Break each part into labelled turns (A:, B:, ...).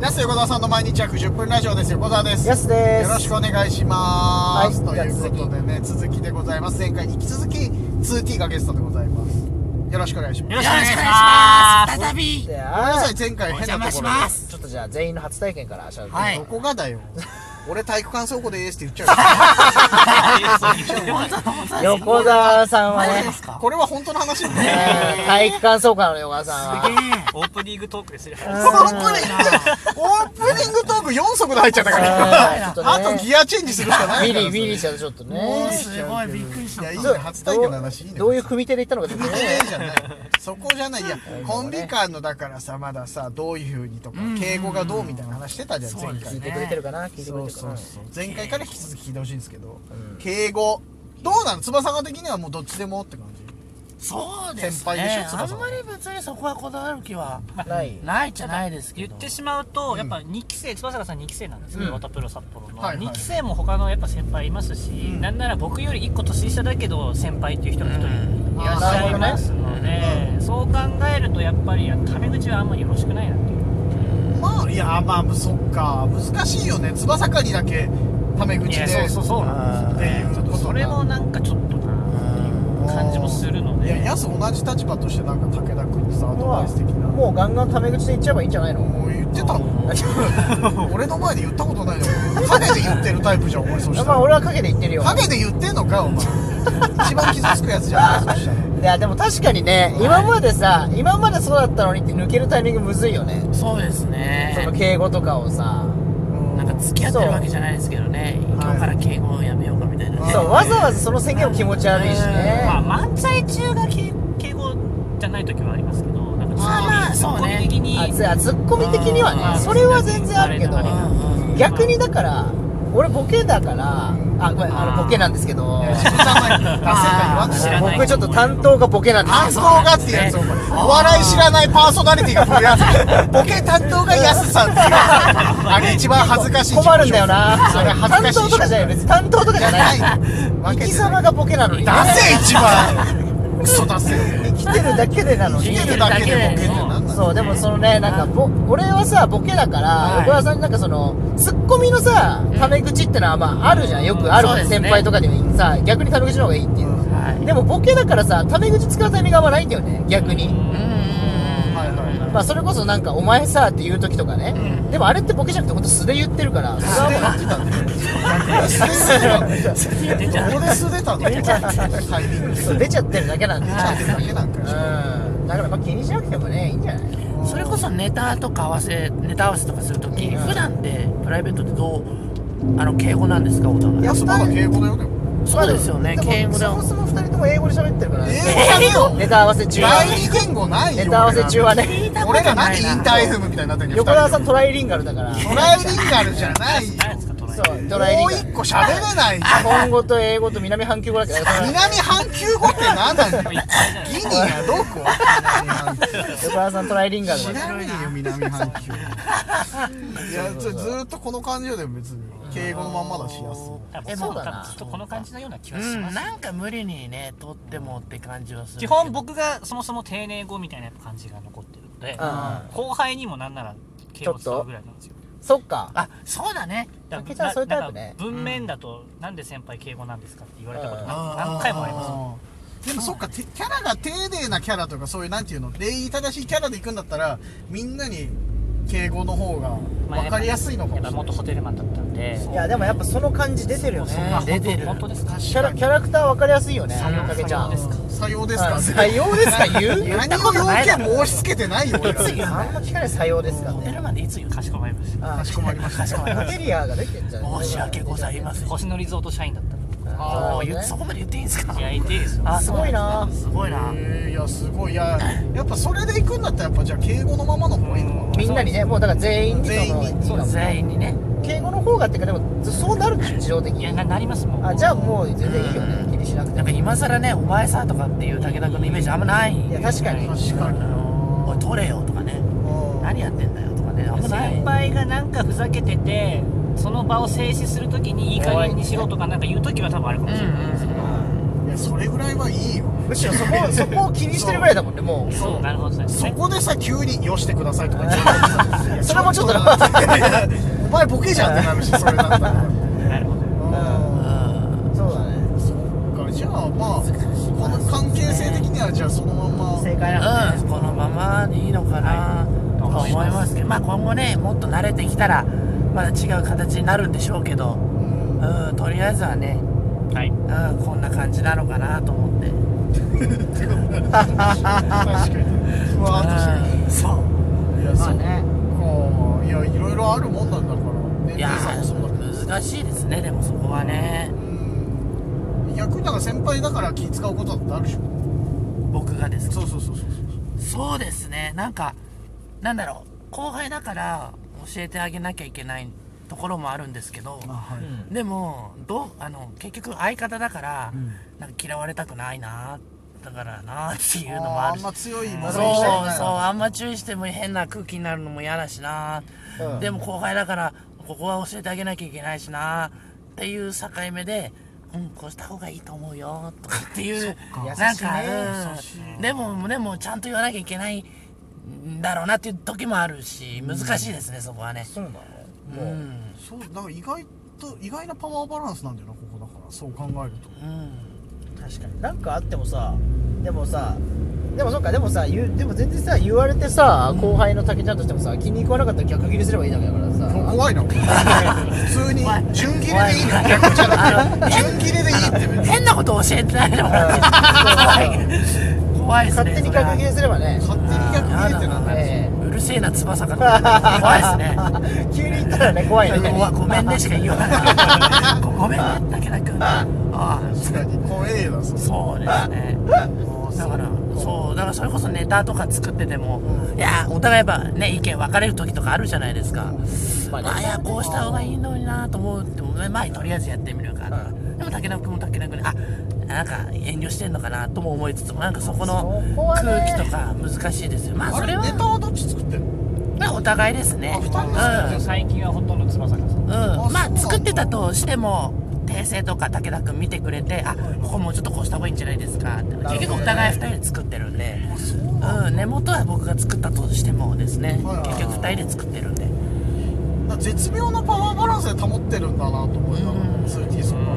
A: やす横澤さんの毎日約10分ラジオです横澤です
B: やすです
A: よろしくお願いします、
B: はい
A: ということでね続きでございます前回に引き続き 2T がゲストでございますよろしくお願いします
C: よろしくお願いします再び
A: ご
B: で
A: めんな
B: あ
A: さい前回
C: お
A: 変
C: 邪
A: な
C: 魔
A: とこ
C: し
A: ろ
C: ます
B: ちょっとじゃあ全員の初体験からしゃべって、
C: はい
A: どこがだよ俺体育館倉庫でーすって言っち ゃ
B: 横澤さんは
C: マ
B: ね
C: ジですか
A: うこれは本当の話だね
B: えー体育館総監の横澤さんは
D: オープニングトークですよ。
A: オープニングオープニングトーク4足で入っちゃったから
B: あーちょっと
A: あ
B: ね
A: とギアチェンジするしかない
B: ビ
A: か
B: リ
A: ら
B: ビリしちゃうとちょっとね
C: すごいびっくりし
A: い
C: た
A: やいいね
B: どう
A: 初体験の話いいね
B: どういう組手で行ったのかちょっと
A: い
B: ね
A: やいやじゃないそこじゃ ないいやコンビ間のだからさまださどういうふうにとか
C: うん
A: 敬語がどうみたいな話してたじゃん
C: そう
A: 前
C: です
A: 回
B: 聞い
C: ね
B: てくれてるかな聞いてく
A: そ
B: れ
A: う
B: てるか
A: そ
B: な
A: うそう前回から引き続き聞いてほしいんですけど敬語どうなの翼さん的にはもうどっちでもって感じ
C: そうです
A: 先輩で
C: ね
A: しょ翼
C: あん
A: さん
C: まり別にそこはこだわる気は
B: ない
C: ないじゃないですけ
D: 言っ
C: ど
D: てしまうと、やっぱ2期生、翼さん2期生なんですけど、
B: うん
D: ワタプロ札幌の、
A: はいはい
D: 2期生も他のやっぱ先輩いますし、
A: ん
D: なんなら僕より1個年下だけど、先輩っていう人も1
C: う
D: 人いらっしゃいますの
A: あ
D: で、
A: ーなるほどね
D: そう考えると、やっぱりタメ口はあんまりよろしくないなっていう。
A: まあいやまあそっか難しいよね翼かにだけタメ
D: い
A: 口で
D: や、そうそうそうなんですよね
A: あー
D: ちょっとそれもなんかちょっとな、感じもするの
A: いや
D: で。
A: やす同じ立場としてなんか武田君にさアドバイス的なも
B: もうガンガンタメ口で言っちゃえばいいんじゃ ないの
A: う言ってたの 俺の前で言ったことないの陰で言ってるタイプじゃんお前そした
B: まあ
A: ら
B: 俺は陰で言ってるよ
A: 陰で言ってんのかお 前一番傷つくやつじゃんそしたら
B: いやでも確かにね今までさ今までそうだったのにって抜けるタイミングむずいよね
C: そうですね
B: その敬語とかをさ
C: なんか付き合ってるわけじゃないですけどね今日から敬語をやめようかみたいなね
B: そうわざわざその宣言も気持ち悪いしね
D: まあ、漫才中が敬敬語じゃない時はありますけど、なんか
C: まあ
D: ツッコミ、
C: そうね
D: ツッコミ的に。
B: あつあツッコミ的には
D: あ
B: ね
D: ー
B: それは全然あるけど
D: あれだあ
C: うんうん
B: 逆にだから俺ボケだからあごめんあのボケなんですけど
A: いや自分じゃない出せるか
D: 知
A: 言わ
D: ら
A: ん
D: ない
B: 僕ちょっと担当がボケなんで
A: 担
B: す
A: 当
B: よ
A: がってやつお前お笑い知らないパーソナリティがこうやつ ボケ担当がやすさんっていうやつあれ一番恥ずかしい
B: 困るんだよな
A: あれ恥ず
B: 担
A: かしい
B: 当とかじゃない別に担当とかじ
A: じ
B: ゃ
A: ゃ
B: な
A: ないい
B: 生き様がボケなのにね
A: 出せ一番クソ出せ
B: 生きてるだけでなのに
A: 生きてるだけでボケってなんなの
B: そうでもそのねなんかぼ俺はさボケだから、
C: はい
B: 横田さんになんかそのツッコミのさタメ口ってのはまああるじゃんよくある
C: そうですね
B: 先輩とかでもさ逆にタメ口の方がいいっていう、
C: はい
B: でもボケだからさタメ口使うタイミングがあんまないんだよね逆に、
C: うんうん
A: はいはいはい
B: まあそれこそなんか「お前さ」って言う時とかね、でもあれってボケじゃなくてほんと素で言ってるからそれはもう
A: 素手
D: 出ちゃう
A: どこで素手たのタイミングで
B: そう出ちゃってるだけなんで、
A: 出ちゃってるだけなんかよ
B: うんだからまあ気にしなくてもねいいんじゃない
C: それこそネタとか合わせネタ合わせとかするとき、普段ってプライベートってどうあの敬語なんですかお互い
A: やすまだ敬語だよでも
C: そうですよね
B: まあ
C: 敬
B: でも
C: 語で
B: そもそも二人とも英語で喋ってるからね
A: 英語喋ろ
B: ネタ合わせ中は
A: 第二言語ないよ
B: ネタ合わせ中はね
A: 俺ら何インター FM みたいになってんだよ
B: 横澤さん
A: 二
B: トライリンガルだから
A: 人トライリンガルじゃないよ
D: 何ですか、トライ。
B: そうトライリン
A: もう
B: ガル
A: 一個喋れないよ
B: 日本語と英語と南半球語だけど横
A: 南半球語って何なんだよギニアどこ南半球
B: 澤さんトライリンガル
A: 知
B: だから
A: らねえよ南半球 いやずずーっとこの感じよでも別に敬語のまんまだしやす
D: え
B: そ
D: そうう
B: だ
D: だ
B: な
D: な。ずっとこの感じのような気
C: う
D: がしま
C: ん
D: す。
C: なんか無理にね取ってもって感じはする
D: 基本僕がそもそも丁寧語みたいな感じが残ってるので、
B: う
D: 後輩にもなんなら敬語使うぐらいなんですよ。
B: そっか
C: あそうだね
D: だ
B: 竹ちゃんそういうタイプね
D: なんか文面だと、なんで先輩敬語なんですかって言われたこと
B: うん
D: 何何回もありま
A: いでもそっかてキャラが丁寧なキャラとかそういうなんていうの礼儀正しいキャラで行くんだったらみんなに敬語の方が
D: す。まあ
A: 分かりやすいのかもしれ
D: やっぱ
A: ない
D: 元ホテルマンだったんで。
B: いやでもやっぱその感じ出てるよ
D: そう
B: ね
D: あ
C: 出てる
D: 本当ですか。
B: キャラキャラクターわかりやすいよね
D: 採用
B: かけちゃん
D: 採用です
A: 採用ですか
B: あ採用です か言う
A: 何を要件申し付けてないよ 俺ら
B: あんま聞かない採用ですか
C: ホテ
B: ね
C: ルまでいつ言う
D: かしこまりました。
B: あ
A: かしこまりました
B: カテリアができてんじゃん
C: 申し訳ございません
D: 星野リゾート社員だったんで
B: あ
C: あ
B: ー
C: ー言そこまで言っていいんですか
D: いや、いていいですよ。
C: あ
B: すごいな
C: すごいな
A: えーいやすごいいややっぱそれで行くんだったらやっぱじゃあ敬語のままの方がいいのかな
B: みんなにねもうだから全員にその
A: 全員に
B: いいかも
C: 全員にね
B: 敬語の方がっていうかでもそうなるでしょ自動的
D: い
B: に
D: や、ななりますもん。
B: あじゃあもう全然いいよね気にしなくて
C: なんか今更ねお前さとかっていう武田君のイメージあんまない
B: いや確かに
A: 確かに
C: おい取れよとかね何やってんだよとかねあんまない
D: 先輩がなんかふざけててその場を静止するときにいい加減にしろとかなんか言うときは多分あるかもしれないですけど、
A: いやそれぐらいはいいよ
B: むしろそこそこを気にしてるぐらいだもんねもう
D: そうなるほどね
A: そこでさ急に「よしてください」とか言ってたらさいやね
B: それもちょっと
A: なお前ボケじゃんってなるしそれだったら
D: なるほど
A: うん
B: そうだね
A: そっかじゃあまあこの関係性的にはじゃあそのまんま
B: 正解なの
C: うん、このままでいいのかな、とは思いますけど、まあ、今後ね、もっと慣れてきたら、まだ違う形になるんでしょうけど、うん、とりあえずはね、
D: はい
C: うん、こんな感じなのかなと思って、
A: 確かにふわーっとしてる
C: うんそう、
A: いや、
B: ま
A: そ
B: あ
A: う
B: ね
A: かいやいろいろあるもんなんだからね
C: いや
A: 姉さんもそうだけど
C: ー、難しいですね、でもそこはね、
A: うん逆にだから先輩だから気使うことだってあるでしょ
C: 僕がですけど
A: そうそうそうそう
C: そうですねなんかなんだろう後輩だから教えてあげなきゃいけないところもあるんですけど
A: はい
C: でもどうあの結局相方だから、なんか嫌われたくないなだからなっていうのも
A: あ
C: ある
A: ん
C: し
A: ま強いも
C: そう
A: の
C: そう
A: にしたくないな
C: あんま注意しても変な空気になるのも嫌だしな、
B: うん
C: でも後輩だからここは教えてあげなきゃいけないしなっていう境目でうんこうした方がいいと思うよとかっていう
B: か
C: なんか、
B: 優しいね
C: うん
A: 優しい
C: でもでもちゃんと言わなきゃいけないんだろうなっていう時もあるし難しいですね、そこはね
B: そうなの
C: う、
B: もうん
A: そうなんか意外と意外なパワーバランスなんだよなここだからそう考えると
C: うん、
B: 確かになんかあってもさでもさでもそっかでもさ言うでも全然さ言われてさ後輩の竹ちゃんとしてもさ気に食わなかったら逆切れすればいいだけだからさ
A: 怖 いな普通に
C: 怖い
A: 純切れでいいから逆じゃなくて純切れでいいって別に
C: 変なこと教えてないでもらって怖い怖いですね
B: 勝手に逆切れすればね
A: 勝手に逆切れって なんだよ
B: え
C: うるせえな翼かと思って怖いですね
B: え急に言ったらね怖いね
C: うわごめんねしか言わないごめんね武田君ああ
A: 確かに怖えなそれ
C: そうですねだからそうだからそれこそネタとか作ってても、いやお互いやっぱね意見分かれる時とかあるじゃないですか、
B: まあね
C: あいやこうした方がいいのになと思うってもねまあとりあえずやってみるかな、でも武田君も武田君であなんか遠慮してんのかなとも思いつつもなんかそこの
B: そこはね
C: 空気とか難しいですよまあ
A: あ
C: それ
A: れ
C: は
A: ネタはどっち作ってんの
C: まあお互いですね
A: あ二人です
C: うん
D: 最近はほとんど翼が
C: う
D: さん
C: ん、ま
A: そうな
C: あ
A: んだ
C: 作ってたとしても訂正とか武田君見てくれてあここもうちょっとこうした方がいいんじゃないですかって
B: ほどね
C: 結局お互い2人で作ってるんで、
A: そう
C: うん、根元は僕が作ったとしてもですね
A: はいはいはい
C: 結局2人で作ってるんで
A: だから絶妙なパワーバランスで保ってるんだなと思いなが
C: う
A: ら
C: ん
A: そういう T ソン考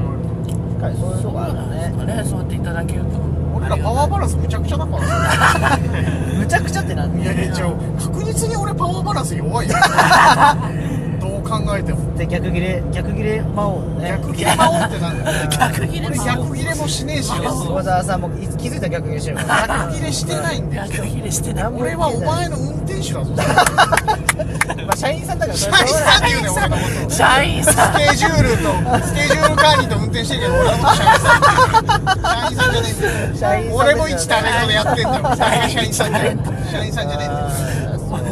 A: えると
B: 確かにそういうとこある
C: なんです
B: ね
C: かねそうやっていただけると
A: 俺らパワーバランスむちゃくちゃだから
B: むちゃくちゃってなん
A: ねいやい
B: で
A: やじゃあ確実に俺パワーバランス弱いよ どう考えても
B: で逆切れ逆切れ魔王ね
A: 逆切れ魔王ってなんだよ
C: 逆切れ
A: 俺
C: 魔王
A: 逆切れもしねえし
B: 小沢さんもいつ気づいたら逆切れしてるから
A: 逆切れしてないんだよ
C: 逆切れしてた
B: なんも
A: 俺はお前の運転手だ ぞ
B: まあ社員さんだからそれは
A: 大
B: しょうが
A: 差って言うね俺
B: ない
A: のこと
C: 社員さん
A: スケジュールとスケジュール管理と運転してるけど俺も社員さん社員さんじゃねえんだ
B: 社員さんです
A: よ
B: よ
A: 俺も一タレントでやってんだよ俺が社員さんじゃねえんだよ社員さんじゃねえんだよ
B: あーそう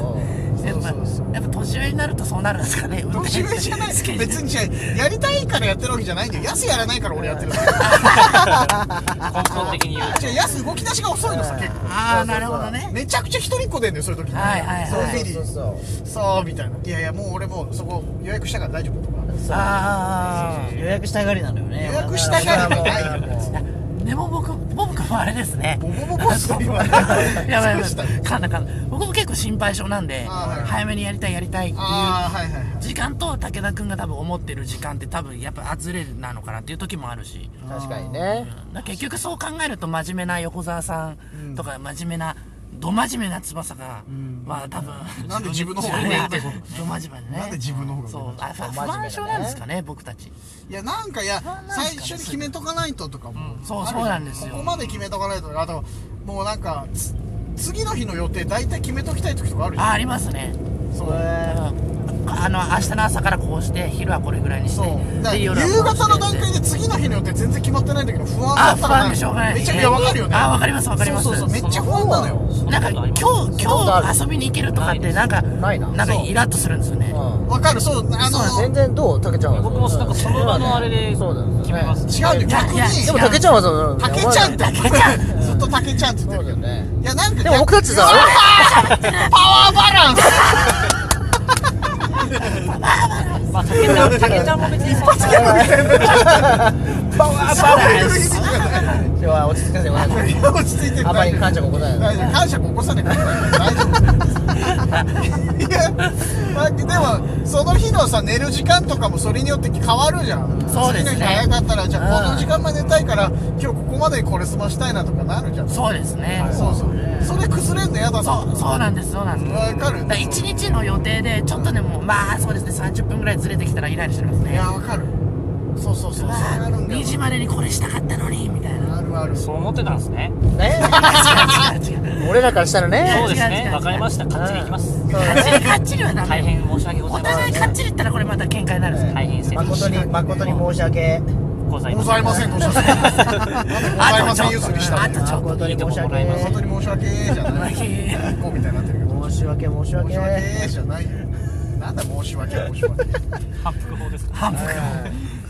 C: やっぱ
A: そうそうそう
C: やっぱ年上になるとそうなるんですかね運転手
A: 年上じゃない
C: スケジュー
A: 別
C: ル
A: に違うやりたいからやってるわけじゃないんだよやすやらないから俺やってるわ
D: 根本的に言う
A: け違うやす動き出しが遅いのさ結構
C: ああなるほどね
A: めちゃくちゃ一人っ子でんだよそういう時に
C: はいはいはい
A: そうフェリ
B: そう
A: ー
B: そう
A: そうみたいないやいやもう俺もうそこ予約したから大丈夫とか
B: そう
C: ああ
B: 予約したがりなのよね
A: 予約したがりじゃないよ別に
C: でも僕僕もあれですね
A: ボボボボ スと言わない
C: やばいやばい
A: そうした
C: 噛んだ噛んだ僕も結構心配性なんで
A: あーはい
C: 早めにやりたいやりたいっていう
A: ああはいはいはい
C: 時間と武田君が多分思ってる時間って多分やっぱずれなのかなっていう時もあるし、
B: 確かにね
C: うんだから結局そう考えると真面目な横澤さんとか真面目など真面目な翼が、まあ多分
A: なんで自分の方が
C: が
A: 上
C: ね
A: だったの
C: ど真面目ね
A: なんで自分の方が上
C: そうあ不
B: 真面目だね
C: 安症なんですかね僕たち
A: いやなんかいや
C: なんす
A: 最
C: かね
A: 初に決めとかないととかも、
C: そう
A: ある
C: そうなんですよ
A: ここまで決めとかないととかあともうなんかつ次の日の予定大体決めときたい時とかあるじゃん
C: あありますね
A: そう
C: うんあの明日の朝からこうして昼はこれぐらいにして
A: そうだから
C: で
A: 夕
C: 夜はこうして
A: 方の段階で次の日の予定全然決まってない時の不安だ
C: あ
A: っ
C: 不
A: たら
C: 安でしょうがない
A: めちゃくちゃわかるよね
C: あわかりますわかります
A: そうそうそうめっちゃ不安なのよ
C: なんか今日
B: そんなことある
C: 今日遊びに行けるとかってなんか
B: ないな
C: なんかイラッとするんですよね
B: うん
A: わかるそうあの
B: 全然どうたけちゃんは
D: 僕もなんかその場のあれで
B: そうだよね
D: 決めます
A: 違うよ
C: いや
A: 逆
C: いや
A: に
B: でもたけちゃんはそう
A: たけちゃんって
C: けちゃん
A: ずっとたけちゃんって言
B: そ
A: って
B: うだ
A: る
B: よね
A: いやなんか
B: でも僕たちさ
A: うわーパワーバランス
D: まあ竹ちゃん竹ちゃんも別にそんな
B: パワー
A: パワーバランス
B: 今日は落ち着かせてもらって
A: いや落ち着いてる
B: あんまり感謝ここだよ
A: 大丈夫感謝起こさないから大丈夫いやまあでもその日のさ寝る時間とかもそれによって変わるじゃん
C: そうですね
A: 次の日早かったらじゃあ
C: うん
A: この時間まで寝たいから今日ここまでこれ済ましたいなとかなるじゃん
C: そうですね
A: そうそうそれ崩れんのやだな
C: そうそうなんですそうなんです
A: わかる
C: だから一日の予定でちょっとでもまあそうですね30分ぐらいずれてきたらイライラしてます
A: い
C: ね
A: やわかるそうそうそうそう
C: わ
A: な
C: あ
A: るんだよ
C: 2時までにこれしたかったのにみたいな
A: あるある
D: そう思ってたんですね
B: ね
C: 違う違う違う
B: 俺らからしたらね
D: そうです
C: 違う違う違
D: ね
C: う
D: わかりましたかっちりいきます
C: かっちりかっちりはダメ
D: 大変申し訳ござ
C: お
D: いませ
C: 互い
D: ん
C: かっちり言ったらこれまた喧嘩になるんですね
D: 大変失礼
B: 誠に誠に申し訳
D: ござい
A: ご
D: ま
A: ざい
D: せん
A: ませんとおっ しゃってなんでございませんゆすりした
C: あ
A: の
C: とちょっと
B: 誠に申し訳
A: 本当に申し訳じゃないこうみたいになってるけど
B: 申し訳申し
A: 申
B: 訳
A: し訳じゃないよなんだ申し訳申し訳
D: 反復法ですか
C: 反復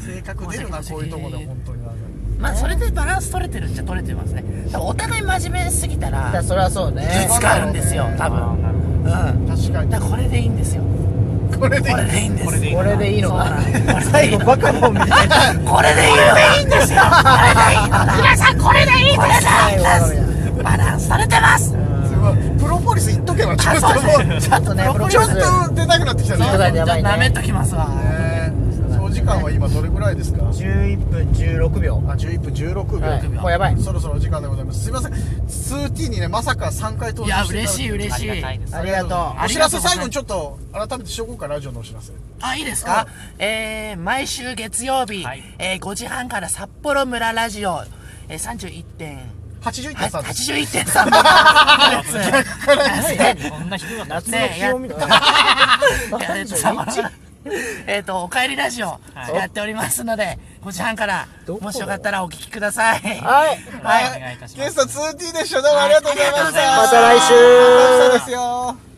A: 性格出るなこういうとこで本当になんか
C: まあそれでバランス取れてるっちゃ取れてますね多分お互い真面目すぎた
B: だかららそれはそうね
C: 気使うんですよ多
D: あー
C: 分
D: なるほど
C: うんだか
A: 確から
C: これでいいんですよ
A: にこれでいい
C: これでいいんです
D: これでいい
B: これでいいのかな
C: これでいい
B: 最後バカボンみたいな
C: これでいいのいいんですよ皆さんこれでいいんです
B: 最後バカみたいな
C: バランス取れてます
A: すごいプロポリス言っとけばちょっと
C: あそう
A: もう
B: ちょっとねプロポ
A: ちょ
B: ー
A: っ
B: ズ
A: と出たくなってきた
B: そうだ
A: ね
B: ねやばいね
C: 舐めときますわ
A: えーお時間は今どれぐらいですか
B: 11分16秒
A: あ11分16秒、
B: はいもうやばい
A: そろそろお時間でございますすいません 2T にねまさか3回登
C: い
A: 場
C: や
A: して
C: 嬉しい
A: い
C: 嬉し
D: あり
C: い
D: がたいです
B: ありがとう
A: お知らせ最後にちょっと改めてしとこうかラジオのお知らせ
C: あ、いいですか、えー、毎週月曜日、
D: はい
C: えー、5時半から札幌村ラジオ、えー、31点、
A: 81.3です
C: 81.3番。ね
D: こんな低かった
B: 夏の気温み たいな
C: えっと札幌村 えっと、おかえりラジオやっておりますので、5時半から、
B: どこ
C: もしよかったらお聞きください。
B: はい
D: はいお願いいたします
A: ゲスト 2T でしたどうもありがとうございました
D: はい
B: ありがとうございましたまた
A: 楽し
B: 来週
A: かったですよ